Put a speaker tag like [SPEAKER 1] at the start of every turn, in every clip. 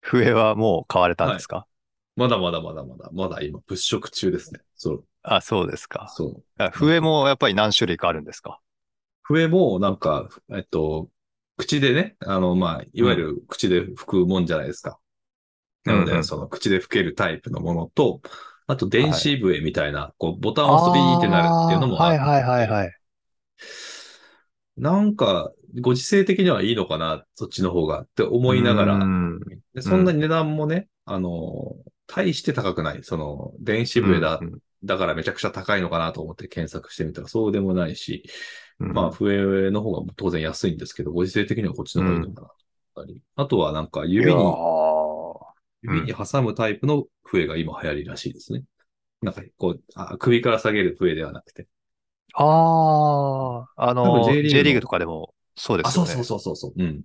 [SPEAKER 1] 笛はもう買われたんですか、
[SPEAKER 2] まだまだまだまだ、まだ今、物色中ですね。そう。
[SPEAKER 1] あ、そうですか。
[SPEAKER 2] そう。
[SPEAKER 1] あ笛もやっぱり何種類かあるんですか
[SPEAKER 2] 笛も、なんか、えっと、口でね、あの、まあ、いわゆる口で吹くもんじゃないですか。なの
[SPEAKER 1] うんう
[SPEAKER 2] で、
[SPEAKER 1] ん
[SPEAKER 2] その口で吹けるタイプのものと、あと電子笛みたいな、こう、ボタンを押すとビーンってなるっていうのもあ
[SPEAKER 1] は
[SPEAKER 2] る
[SPEAKER 1] いはいはいはい。
[SPEAKER 2] なんか、ご時世的にはいいのかな、そっちの方がって思いなが
[SPEAKER 1] う
[SPEAKER 2] ら、
[SPEAKER 1] ん
[SPEAKER 2] でそんなに値段もね、あの、大して高くない。その、電子笛だ、
[SPEAKER 1] うん
[SPEAKER 2] だからめちゃくちゃ高いのかなと思って検索してみたら、そうでもないし、
[SPEAKER 1] うん
[SPEAKER 2] まあ、笛の方が当然安いんですけど、ご時世的にはこっちの方がいいのかなと思ったり。あとはなんか
[SPEAKER 1] い
[SPEAKER 2] 指
[SPEAKER 1] や
[SPEAKER 2] に、
[SPEAKER 1] ーうん
[SPEAKER 2] 指に挟むタイプの笛が今流行りらしいですね。なんかこうあ、首から下げる笛ではなくて。
[SPEAKER 1] ああ、あの、
[SPEAKER 2] 多分 J リーグ
[SPEAKER 1] J
[SPEAKER 2] の
[SPEAKER 1] リーグとかでもそうで
[SPEAKER 2] あ、
[SPEAKER 1] す
[SPEAKER 2] そ
[SPEAKER 1] よ
[SPEAKER 2] う
[SPEAKER 1] ね。
[SPEAKER 2] そうそうそうそう。うん。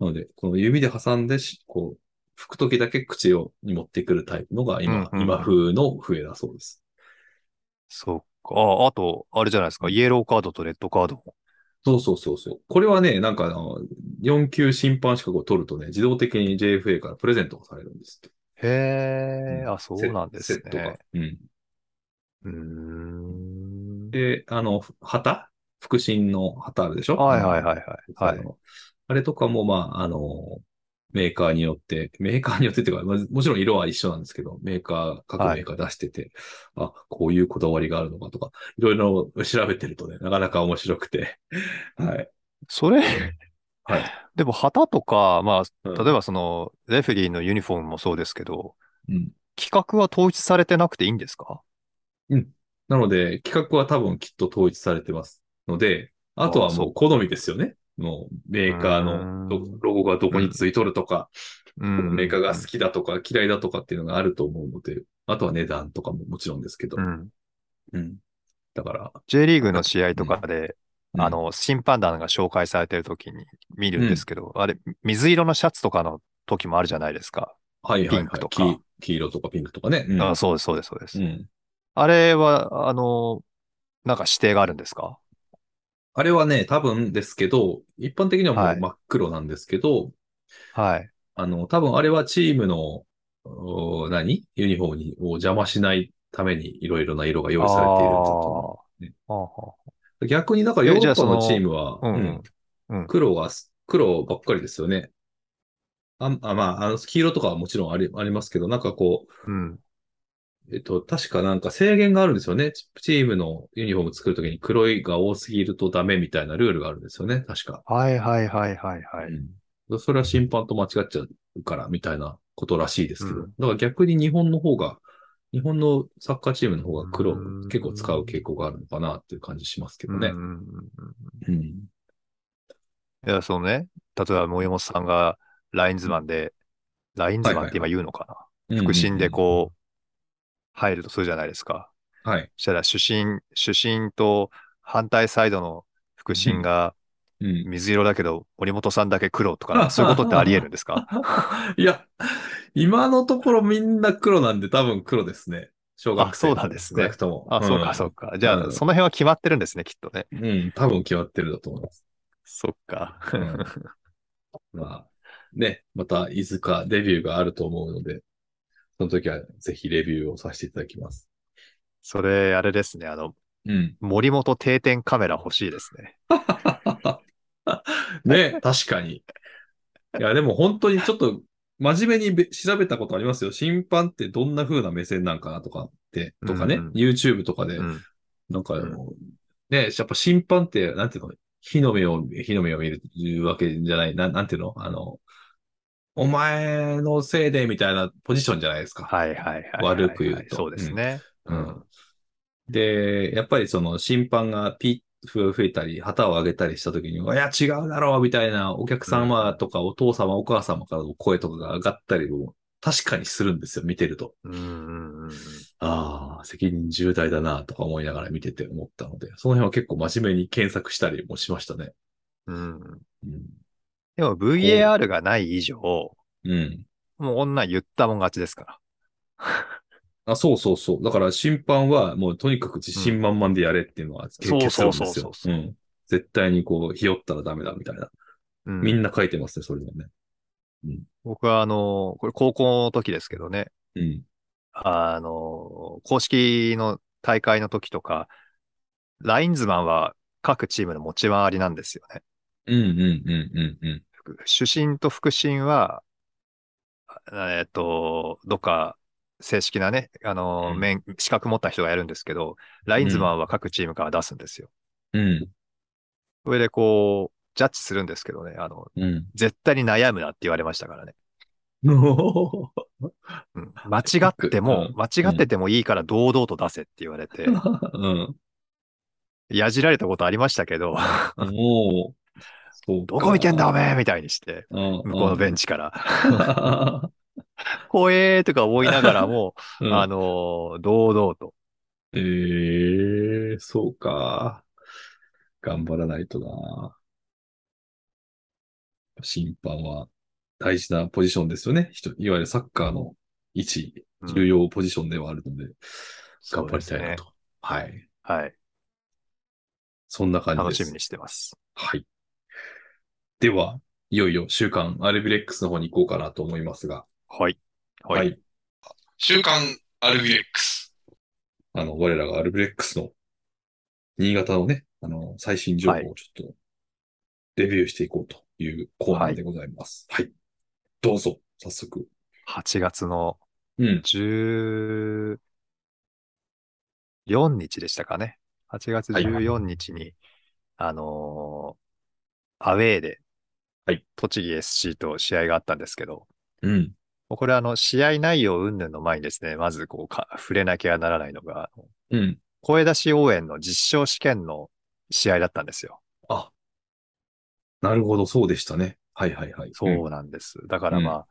[SPEAKER 2] なので、この指で挟んでし、こう、吹くときだけ口を、に持ってくるタイプのが今、
[SPEAKER 1] うんうん
[SPEAKER 2] 今風の笛だそうです。
[SPEAKER 1] そうか。あ、あと、あれじゃないですか。イエローカードとレッドカードも。
[SPEAKER 2] そうそうそうそう。これはね、なんかあの、4級審判資格を取るとね、自動的に JFA からプレゼントがされるんですって。
[SPEAKER 1] へえ、
[SPEAKER 2] うん
[SPEAKER 1] あ、そうなんです
[SPEAKER 2] セセットが
[SPEAKER 1] ね。。
[SPEAKER 2] うん。
[SPEAKER 1] うーん。
[SPEAKER 2] で、あの、旗腹心の旗あるでしょ
[SPEAKER 1] はいはい
[SPEAKER 2] い。
[SPEAKER 1] はいはい。はい
[SPEAKER 2] あ。のあれとかも、まあ、あの、メーカーによって、メーカーによってっていうか、まあもちろん色は一緒なんですけど、メーカー、各メーカー出してて、あ、こういうこだわりがあるのかとか、いろいろ調べてるとね、なかなか面白くて。 はい。
[SPEAKER 1] それ、
[SPEAKER 2] はい
[SPEAKER 1] でも旗とか、ま
[SPEAKER 2] うん
[SPEAKER 1] あ、例えばその、レフェリーのユニフォームもそうですけど、
[SPEAKER 2] うん
[SPEAKER 1] 企画は統一されてなくていいんですか
[SPEAKER 2] なので、企画は多分きっと統一されてますので、あとはもう好みですよね。もうメーカーの
[SPEAKER 1] う
[SPEAKER 2] ど
[SPEAKER 1] ん
[SPEAKER 2] ロゴがどこについとるとか、
[SPEAKER 1] うん。
[SPEAKER 2] メーカーが好きだとか嫌いだとかっていうのがあると思うので、あとは値段とかももちろんですけど
[SPEAKER 1] う。ん。
[SPEAKER 2] うん。だから、
[SPEAKER 1] J リーグの試合とかで、
[SPEAKER 2] うん
[SPEAKER 1] あの、審判団が紹介されてる時に見るんですけど、あれ、水色のシャツとかの時もあるじゃないですか。
[SPEAKER 2] はいはい
[SPEAKER 1] ピン
[SPEAKER 2] は
[SPEAKER 1] ク
[SPEAKER 2] い
[SPEAKER 1] と。か
[SPEAKER 2] 黄黄色とかピンクとかね。うん
[SPEAKER 1] あ、そうです、そうです、そうです。
[SPEAKER 2] うん
[SPEAKER 1] あれは、あの、なんか指定があるんですか
[SPEAKER 2] あれはね、多分ですけど、一般的にはも
[SPEAKER 1] は
[SPEAKER 2] う
[SPEAKER 1] い
[SPEAKER 2] 真っ黒なんですけど、
[SPEAKER 1] はい。
[SPEAKER 2] あの、多分あれはチームの、お何ユニフォームにを邪魔しないためにいろいろな色が用意されているんだとね
[SPEAKER 1] あーあー
[SPEAKER 2] 思う。逆にだからヨ
[SPEAKER 1] え
[SPEAKER 2] ー
[SPEAKER 1] じ
[SPEAKER 2] ロ
[SPEAKER 1] ゃ
[SPEAKER 2] ッ
[SPEAKER 1] あ
[SPEAKER 2] パの
[SPEAKER 1] その
[SPEAKER 2] チームは、
[SPEAKER 1] うんうん
[SPEAKER 2] うん
[SPEAKER 1] うん
[SPEAKER 2] 黒が、黒ばっかりですよね。あ、あまあ、あの、黄色とかはもちろんありありますけど、なんかこう、
[SPEAKER 1] うん。
[SPEAKER 2] えっと、確かなんか制限があるんですよね。チチームのユニフォーム作るときに黒いが多すぎるとダメみたいなルールがあるんですよね。確か。
[SPEAKER 1] はいはいはいはいは
[SPEAKER 2] う
[SPEAKER 1] い。
[SPEAKER 2] んそれは審判と間違っちゃうからみたいなことらしいですけ
[SPEAKER 1] う
[SPEAKER 2] ど。
[SPEAKER 1] ん
[SPEAKER 2] だから逆に日本の方が、日本のサッカーチームの方が黒を
[SPEAKER 1] うん
[SPEAKER 2] 結構使う傾向があるのかなっていう感じしますけどね
[SPEAKER 1] うん。うんうんうん
[SPEAKER 2] うん。
[SPEAKER 1] いや、そのね、例えば森本さんがラインズマンで、ラインズマンって今言うのかな
[SPEAKER 2] うん
[SPEAKER 1] 腹心でこう、入るとするじゃないですか。
[SPEAKER 2] うん。はい。
[SPEAKER 1] そしたら主審、主審と反対サイドの腹心が
[SPEAKER 2] うん。
[SPEAKER 1] 水色だけど、森本さんだけ黒とか、そういうことってあり得るんですか
[SPEAKER 2] いや、今のところみんな黒なんで多分黒ですね。小学
[SPEAKER 1] あ
[SPEAKER 2] 生。
[SPEAKER 1] そうなんですね
[SPEAKER 2] 少なくとも。
[SPEAKER 1] あ、そうか、
[SPEAKER 2] ん
[SPEAKER 1] そうか。じゃあ、
[SPEAKER 2] うん
[SPEAKER 1] その辺は決まってるんですね、きっとね。
[SPEAKER 2] うん、多分決まってるだと思います。
[SPEAKER 1] そっか。
[SPEAKER 2] うん、まあ、ね、また、いずかデビューがあると思うので、その時はぜひレビューをさせていただきます。
[SPEAKER 1] それ、あれですね。あの、
[SPEAKER 2] うん。
[SPEAKER 1] 森本定点カメラ欲しいですね。
[SPEAKER 2] ね、確かに。いや、でも本当にちょっと、真面目にべ調べたことありますよ。審判ってどんな風な目線なんかなとかって、とかね、
[SPEAKER 1] うんうん
[SPEAKER 2] YouTube とかで、
[SPEAKER 1] うん
[SPEAKER 2] なんかあの、ね、やっぱ審判って、なんていうの、火の目を、火の目を見るわけじゃない、なんなんていうのあの、お前のせいでみたいなポジションじゃないですか。
[SPEAKER 1] はいはいはいはい。
[SPEAKER 2] 悪く言うと
[SPEAKER 1] そうですね。
[SPEAKER 2] うん。で、やっぱりその審判がピッ、ふ吹いたり、旗を上げたりした時に、いや、違うだろうみたいなお客様とかお父様、お母様からの声とかが上がったりも確かにするんですよ、見てると。
[SPEAKER 1] うんうんうんうん。
[SPEAKER 2] ああ、責任重大だなとか思いながら見てて思ったので、その辺は結構真面目に検索したりもしましたね。
[SPEAKER 1] うん
[SPEAKER 2] うん。
[SPEAKER 1] でも VAR がない以上、も
[SPEAKER 2] うん。
[SPEAKER 1] う女言ったもん勝ちですから。
[SPEAKER 2] あ、そうそうそう。だから審判はもうとにかく自信満々でやれっていうのは結
[SPEAKER 1] うん
[SPEAKER 2] 結論です
[SPEAKER 1] そ
[SPEAKER 2] よ。
[SPEAKER 1] うそう。そううそうん
[SPEAKER 2] 絶対にこう、ひよったらダメだみたいな。
[SPEAKER 1] うん
[SPEAKER 2] みんな書いてますね、それでもね。うん
[SPEAKER 1] 僕はあの、これ高校の時ですけどね、
[SPEAKER 2] うん。
[SPEAKER 1] あの、公式の大会の時とか、ラインズマンは各チームの持ち回りなんですよね。
[SPEAKER 2] うん、うん、うん、うん、うん。
[SPEAKER 1] 副主審と副審は、あえっと、どっか正式なね、あの、
[SPEAKER 2] うん
[SPEAKER 1] 免、資格持った人がやるんですけど、ラインズマンは各チームから出すんですよ。
[SPEAKER 2] うん、
[SPEAKER 1] それでこう、ジャッジするんですけどね、あの、
[SPEAKER 2] うん。
[SPEAKER 1] 絶対に悩むなって言われましたからね。
[SPEAKER 2] おー
[SPEAKER 1] うん間違っても
[SPEAKER 2] う、ん
[SPEAKER 1] 間違っててもいいから堂々と出せって言われて、
[SPEAKER 2] うん。
[SPEAKER 1] やじられたことありましたけど、
[SPEAKER 2] おーそう
[SPEAKER 1] どこ見てんだおめ
[SPEAKER 2] め
[SPEAKER 1] えみたいにして、
[SPEAKER 2] 向
[SPEAKER 1] 向こうのベ
[SPEAKER 2] ン
[SPEAKER 1] ンチから、
[SPEAKER 2] あ
[SPEAKER 1] 怖えーとか思いながらも、
[SPEAKER 2] ー うん
[SPEAKER 1] あのー堂々と。
[SPEAKER 2] ええそうか。頑張らないとな。審判は大事なポジションですよね。人いわゆるサッカーの一
[SPEAKER 1] うん
[SPEAKER 2] 重要ポジションではあるので、頑張りた
[SPEAKER 1] そう
[SPEAKER 2] いな
[SPEAKER 1] です
[SPEAKER 2] と。
[SPEAKER 1] ね。
[SPEAKER 2] はい。
[SPEAKER 1] はい。
[SPEAKER 2] そんな感じで
[SPEAKER 1] 楽
[SPEAKER 2] す。
[SPEAKER 1] しみにしてます。
[SPEAKER 2] はい。では、いよいよ週刊アルビレックスの方に行こうかなと思いますが、
[SPEAKER 1] はい。はい。。
[SPEAKER 3] 週刊アルビレックス。
[SPEAKER 2] あの、我らがアルブレックスの新潟のね、あの、最新情報をちょっとレビューしていこうというコーナーでございます。はい。どうぞ、早速。
[SPEAKER 1] 8月の
[SPEAKER 2] うん。
[SPEAKER 1] 14日でしたかね。8月
[SPEAKER 2] はいはい
[SPEAKER 1] 14日に、あのーアウェーで、
[SPEAKER 2] はい
[SPEAKER 1] 栃木 SC と試合があったんですけど、
[SPEAKER 2] うん。
[SPEAKER 1] これあの、試合内容云々の前にですね、まずこうか、触れなきゃならないのが、
[SPEAKER 2] うん。
[SPEAKER 1] 声出し応援の実証試験の試合だったんですよ。
[SPEAKER 2] あ。なるほど、そうでしたね。はいはいはい。
[SPEAKER 1] そうなんです。だから
[SPEAKER 2] うん
[SPEAKER 1] まあ、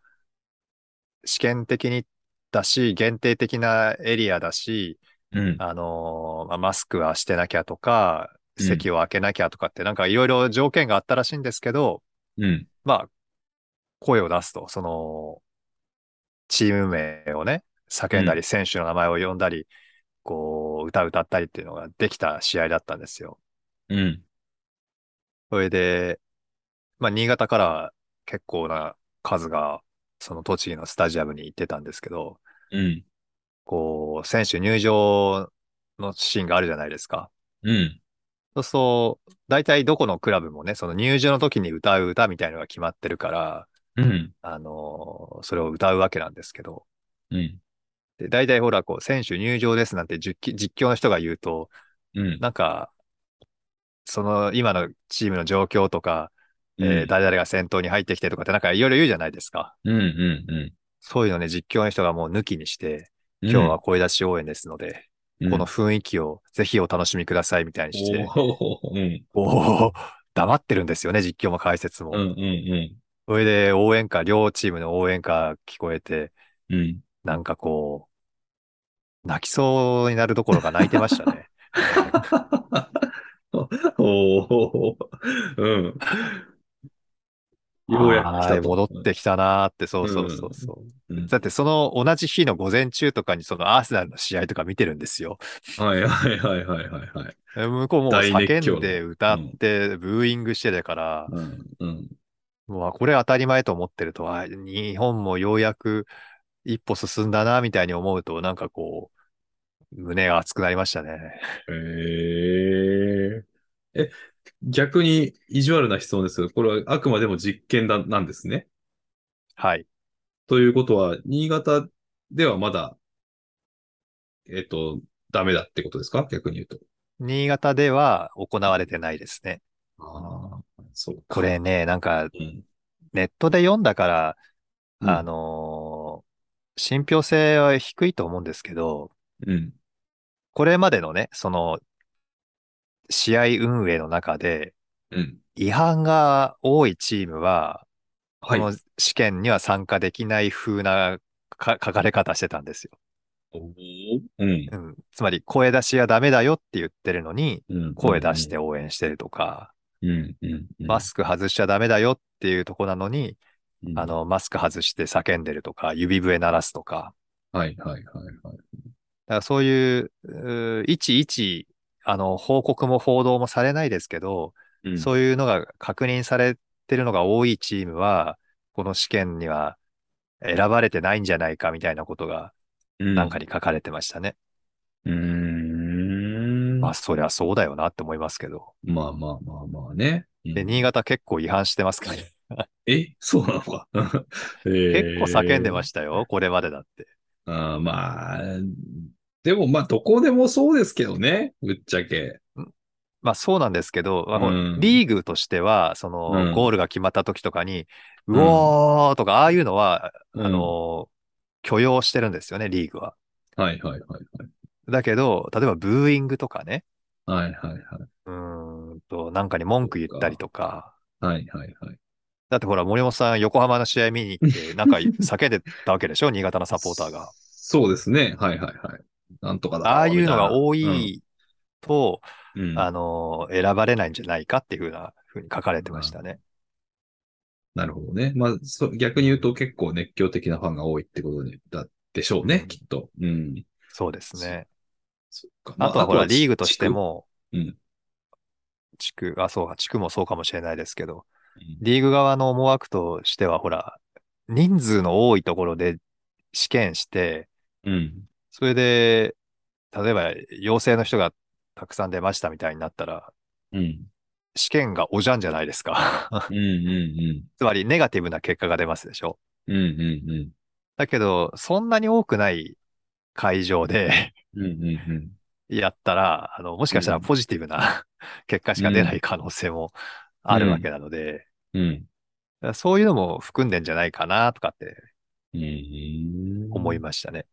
[SPEAKER 1] 試験的にだし、限定的なエリアだし、
[SPEAKER 2] うん。うん。
[SPEAKER 1] あのーまあマスクはしてなきゃとか、
[SPEAKER 2] うん
[SPEAKER 1] 席を開けなきゃとかって、なんかいろいろ条件があったらしいんですけど、
[SPEAKER 2] うん。
[SPEAKER 1] まあ、声を出すと、その、チーム名をね、叫んだり、選手の名前を呼んだり、こう、歌歌ったりっていうのができた試合だったんですよ。
[SPEAKER 2] うん。
[SPEAKER 1] それで、まあ、新潟からは結構な数が、その栃木のスタジアムに行ってたんですけど、
[SPEAKER 2] うん。
[SPEAKER 1] こう、選手入場のシーンがあるじゃないですか。
[SPEAKER 2] うん。
[SPEAKER 1] そうすると、大体どこのクラブもね、その入場の時に歌う歌みたいのが決まってるから、
[SPEAKER 2] うん。
[SPEAKER 1] あのーそれを歌うわけなんですけど、
[SPEAKER 2] うん。
[SPEAKER 1] で大体ほら、こう、選手入場ですなんて実況実況の人が言うと、
[SPEAKER 2] うん。
[SPEAKER 1] なんか、その今のチームの状況とか、えー
[SPEAKER 2] うん
[SPEAKER 1] 誰々が先頭に入ってきてとかってなんかいろいろ言うじゃないですか。
[SPEAKER 2] うん。うん。うん。
[SPEAKER 1] そういうのね、実況の人がもう抜きにして、今日は声出し応援ですので、
[SPEAKER 2] うん、
[SPEAKER 1] この雰囲気をぜひお楽しみくださいみたいにして、
[SPEAKER 2] おーうん。
[SPEAKER 1] おー 黙ってるんですよね、実況も解説も。
[SPEAKER 2] うん。うん。
[SPEAKER 1] それで応援歌、両チームの応援歌聞こえて、
[SPEAKER 2] うん。うん。
[SPEAKER 1] なんかこう、泣きそうになるどころか泣いてましたね。
[SPEAKER 2] おお、うん。 ようやく来
[SPEAKER 1] あ
[SPEAKER 2] た
[SPEAKER 1] ー
[SPEAKER 2] と。
[SPEAKER 1] 戻ってきたなーって、そうそうそうそう、
[SPEAKER 2] うん
[SPEAKER 1] だってその同じ日の午前中とかにそのアーセナルの試合とか見てるんですよ。
[SPEAKER 2] はいはいはいはいはいはい。
[SPEAKER 1] え向こうもう
[SPEAKER 2] 大熱狂
[SPEAKER 1] 叫んで歌ってブーイングしてたから、
[SPEAKER 2] うんうん
[SPEAKER 1] もうこれ当たり前と思ってると、あ日本もようやく一歩進んだなみたいに思うと、なんかこう、胸が熱くなりましたね。
[SPEAKER 2] へえ。え、逆に意地悪な質問ですけど、これはあくまでも実験だなんですね。
[SPEAKER 1] はい。
[SPEAKER 2] ということは、新潟ではまだ、えっと、ダメだってことですか逆に言うと。
[SPEAKER 1] 新潟では行われてないですね。
[SPEAKER 2] ああ、そうか。
[SPEAKER 1] これね、なんか
[SPEAKER 2] うん。
[SPEAKER 1] ネットで読んだから、
[SPEAKER 2] うん
[SPEAKER 1] あのー信憑性は低いと思うんですけど、
[SPEAKER 2] うん。
[SPEAKER 1] これまでのね、その、試合運営の中で
[SPEAKER 2] うん。
[SPEAKER 1] 違反が多いチームは、
[SPEAKER 2] はい。
[SPEAKER 1] この試験には参加できない風なか書かれ方してたんですよ。
[SPEAKER 2] おーうん。
[SPEAKER 1] うん、つまり、声出しはダメだよって言ってるのに、
[SPEAKER 2] うん
[SPEAKER 1] 声出して応援してるとか、
[SPEAKER 2] うんうんうん
[SPEAKER 1] マスク外しちゃダメだよっていうとこなのに、
[SPEAKER 2] うん
[SPEAKER 1] あの、マスク外して叫んでるとか、指笛鳴らすとか、
[SPEAKER 2] はいはいはいは
[SPEAKER 1] だ
[SPEAKER 2] い。
[SPEAKER 1] からそういう、うーいちいち、あの、報告も報道もされないですけど、
[SPEAKER 2] うん
[SPEAKER 1] そういうのが確認されてるのが多いチームは、この試験には選ばれてないんじゃないかみたいなことが
[SPEAKER 2] うん
[SPEAKER 1] なんかに書かれてましたね。
[SPEAKER 2] うーん。
[SPEAKER 1] ま
[SPEAKER 2] ま
[SPEAKER 1] あ、そりゃそうだよなって思いますけど。
[SPEAKER 2] あまあまあまあね。うん
[SPEAKER 1] で、新潟結構違反してますからね。
[SPEAKER 2] え、 そうなのか。
[SPEAKER 1] 結
[SPEAKER 2] 結
[SPEAKER 1] 構叫んでま
[SPEAKER 2] し
[SPEAKER 1] したよ、これまでだって。
[SPEAKER 2] た。あーまあ、でもまあ、どこでもそうですけどね、ぶっちゃけ。
[SPEAKER 1] まあそうなんですけど、まあこう
[SPEAKER 2] うん
[SPEAKER 1] リーグとしては、その、
[SPEAKER 2] うん
[SPEAKER 1] ゴールが決まった時とかに、う
[SPEAKER 2] うん
[SPEAKER 1] おーとか、ああいうのは、
[SPEAKER 2] うん
[SPEAKER 1] あの、許容してるんですよね、リーグは。
[SPEAKER 2] はいはいはいはい。
[SPEAKER 1] だけど、例えばブーイングとかね、
[SPEAKER 2] はいはいはい。
[SPEAKER 1] うーんと、なんかに文句言ったりとか、
[SPEAKER 2] はいはいはい。
[SPEAKER 1] だってほら、森本さん、横浜の試合見に行 って、なんか叫んでたわけでしょ、新潟のサポーターが。
[SPEAKER 2] そうですね。はいはいはい。なんとかだ。
[SPEAKER 1] ああいうのが多
[SPEAKER 2] みたない
[SPEAKER 1] と、
[SPEAKER 2] うんうん
[SPEAKER 1] あの、選ばれないんじゃないかっていうふうな、ふうに書かれてましたね。
[SPEAKER 2] なるほどね。まあ、そ逆に言うと結構熱狂的なファンが多いってことでだでしょうね、
[SPEAKER 1] うん
[SPEAKER 2] きっと。うん。
[SPEAKER 1] そうですね。
[SPEAKER 2] そっか
[SPEAKER 1] あとはほら、リーグとして。も、
[SPEAKER 2] うん
[SPEAKER 1] 地区、あ、そうか、地区もそうかもしれないですけど、
[SPEAKER 2] まああとは地区
[SPEAKER 1] リーグ側の思惑としては、ほら、人数の多いところで試験して、
[SPEAKER 2] うん。
[SPEAKER 1] それで、例えば陽性の人がたくさん出ましたみたいになったら、
[SPEAKER 2] うん。
[SPEAKER 1] 試験がおじゃんじゃないですか。
[SPEAKER 2] うん。うん。
[SPEAKER 1] つまり、ネガティブな結果が出ますでしょ。
[SPEAKER 2] うん。うん。うん。うん。
[SPEAKER 1] だけど、そんなに多くない会場で
[SPEAKER 2] うんうんうん。
[SPEAKER 1] やったら、あの、もしかしたらポジティブな 結果しか出ない可能性もあるわけなので、
[SPEAKER 2] うん。
[SPEAKER 1] だからそういうのも含んでんじゃないかなとかって
[SPEAKER 2] うん。
[SPEAKER 1] 思いましたね。